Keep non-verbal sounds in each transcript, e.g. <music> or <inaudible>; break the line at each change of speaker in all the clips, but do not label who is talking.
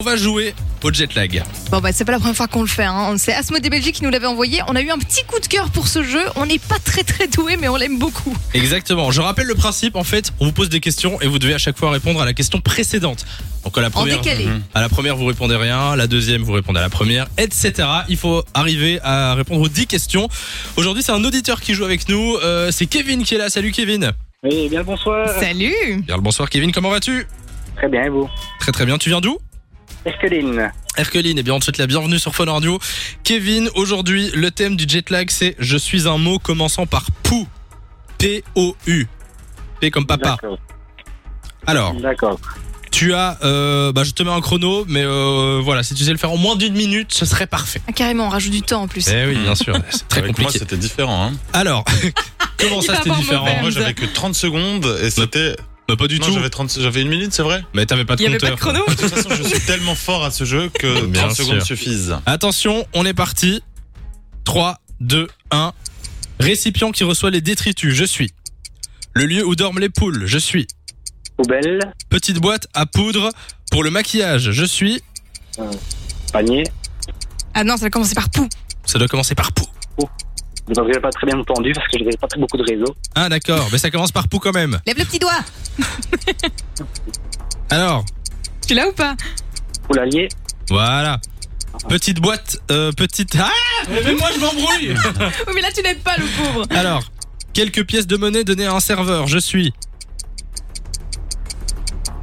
On va jouer au jet lag.
Bon bah c'est pas la première fois qu'on le fait, hein. c'est Asmodée Belgique qui nous l'avait envoyé, on a eu un petit coup de cœur pour ce jeu, on n'est pas très très doué mais on l'aime beaucoup.
Exactement. Je rappelle le principe. En fait, on vous pose des questions et vous devez à chaque fois répondre à la question précédente. Donc à la
En
première,
décalé.
à la première vous répondez rien, à la deuxième vous répondez à la première, etc. Il faut arriver à répondre aux 10 questions. Aujourd'hui, c'est un auditeur qui joue avec nous. Euh, c'est Kevin qui est là. Salut Kevin.
Oui, eh bien le bonsoir.
Salut
Bien le bonsoir Kevin. Comment vas-tu
Très bien, et vous
Très très bien. Tu viens d'où
Esqueline.
Herculine, eh bien on te souhaite la bienvenue sur Fun Radio. Kevin, aujourd'hui, le thème du jet lag, c'est je suis un mot commençant par pou. P O U. P comme papa.
D'accord.
Alors.
D'accord.
Tu as, euh, bah, je te mets un chrono, mais euh, voilà, si tu sais le faire en moins d'une minute, ce serait parfait.
Ah, Carrément, on rajoute du temps en plus.
Eh oui, bien sûr, <laughs> c'est très
Avec
compliqué.
moi, c'était différent. hein.
Alors, <laughs> comment
Il
ça
va
c'était
avoir
différent
mauvais.
Moi, j'avais que 30 secondes et c'était.
Bah, Pas du
Non,
tout.
j'avais 30... j'avais une minute, c'est vrai
Mais t'avais pas de
Il y avait
compteur.
pas de chrono
De toute façon, je <laughs> suis tellement fort à ce jeu que 30
Bien
secondes
sûr.
suffisent.
Attention, on est parti. 3, 2, 1. Récipient qui reçoit les détritus, je suis. Le lieu où dorment les poules, je suis.
Poubelle,
Petite boîte à poudre pour le maquillage, je suis.
panier.
Ah non, ça va commencer par pou.
Ça doit commencer par pou.
Je ne pas très bien entendu parce que je n'avais pas très beaucoup de réseau.
Ah d'accord, mais ça commence par pou quand même.
Lève le petit doigt
Alors,
Tu l'as ou pas
Poulalier,
Voilà. Petite boîte, euh, petite. Ah
Eh,
Mais moi je m'embrouille
Oui Oh, mais là tu l'aides pas le pauvre
<laughs> Alors, quelques pièces de monnaie données à un serveur, je suis.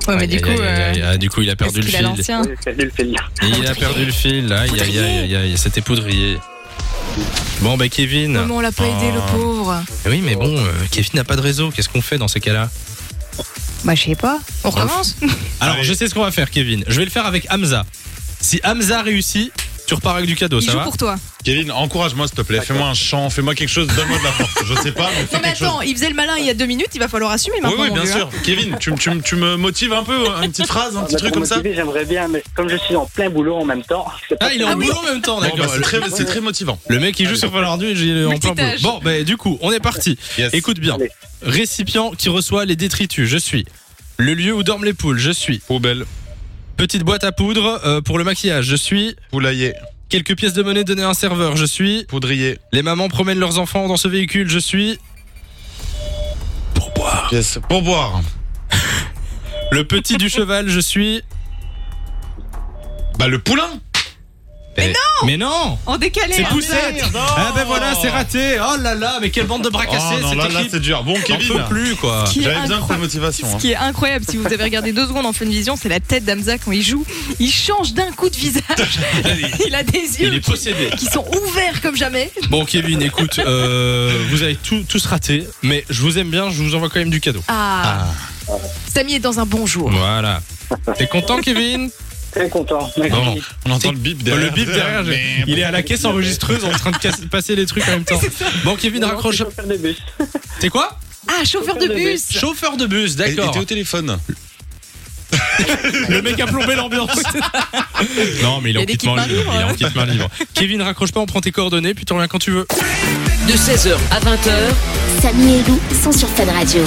Ouais mais du coup, euh,
Ah, du coup, il a perdu
est-ce
le
qu'il a
fil.
Ah.
l'ancien
oui, c'est nul, c'est nul.
Il a perdu le fil. Aïe, aïe, aïe, aïe, aïe, c'était poudrier. Bon, bah, Kevin.
Comment on l'a pas aidé le
Oh.
pauvre
Oui, mais bon, euh, Kevin n'a pas de réseau. Qu'est-ce qu'on fait dans ces cas-là
Bah je sais pas, on recommence
Alors,
Allez.
je sais ce qu'on va faire, Kevin. Je vais le faire avec Hamza. Si Hamza réussit, tu repars avec du cadeau,
Il
ça
joue
va
pour toi.
Kevin, encourage-moi, s'il te plaît. Fais-moi un chant, fais-moi quelque chose, donne-moi de la force. Je sais pas, mais fais
Non mais
quelque chose.
attends, il faisait le malin il y a deux minutes, il va falloir assumer
Oui,
maintenant
oui,
mon
bien
vieux, hein.
sûr. Kevin, tu, me- tu me- tu me motives un peu, hein, une petite phrase, un petit
Bah,
truc
pour
comme ça.
motiver, J'aimerais bien, mais comme je suis en plein boulot en même temps, c'est pas
Ah, il est en
Ah oui.
boulot en même temps,
Bon, bah,
d'accord.
c'est très, c'est très motivant.
Le mec il joue
Allez.
sur Valordu et j'ai en plein boulot.
Multitâche.
Bon, bah, du coup, on est parti.
Yes.
Écoute bien.
Allez.
Récipient qui reçoit les détritus, je suis. Le lieu où dorment les poules, je suis.
poubelle,
Petite boîte à poudre euh, pour le maquillage, je suis.
poulailler,
Quelques pièces de monnaie données à un serveur, je suis.
poudrier,
Les mamans promènent leurs enfants dans ce véhicule, je suis. Pour boire.
pièce pour boire,
Le petit du cheval, je suis.
bah le poulain.
Mais non Eh, Mais non
En décalé
C'est
hein.
poussette Ah ben voilà, c'est raté Oh là là, mais quelle bande de bras
Oh,
cassés,
non,
c'est
là, là,
terrible
c'est dur. Bon,
J'en peux
Kevin,
plus quoi
Ce qui est
j'avais bien
incroyable.
trop de motivation.
Ce
hein.
qui est incroyable, si vous avez regardé deux secondes en fin de vision, c'est la tête d'Amza quand il joue. Il change d'un coup
<laughs>
de visage. Il a des
Il
yeux
est possédé
qui sont ouverts comme jamais.
Bon Kevin, écoute, euh, vous avez tout, tous raté, mais je vous aime bien, je vous envoie quand même du cadeau.
Ah, Samy est dans un bon jour.
Voilà. T'es content Kevin
très content. Merci.
Bon.
On entend le bip derrière.
Oh, Le bip derrière, j'ai- il est à la caisse enregistreuse en train de casser- passer les trucs en même temps. Bon Kevin,
Non,
raccroche.
c'est chauffeur de bus.
T'es quoi
Ah, chauffeur de bus
Chauffeur de bus,
Il
d'accord.
était au téléphone.
Le mec a plombé l'ambiance. non mais il est
Il y a
en
des
quitte
kits
main
main
libre.
libre.
Il est
hein. <laughs>
en quitte main libre. Kevin, raccroche pas, on prend tes coordonnées, puis tu reviens quand tu veux.
de 16h à 20h.
Samy et Lou sont sur Fun Radio.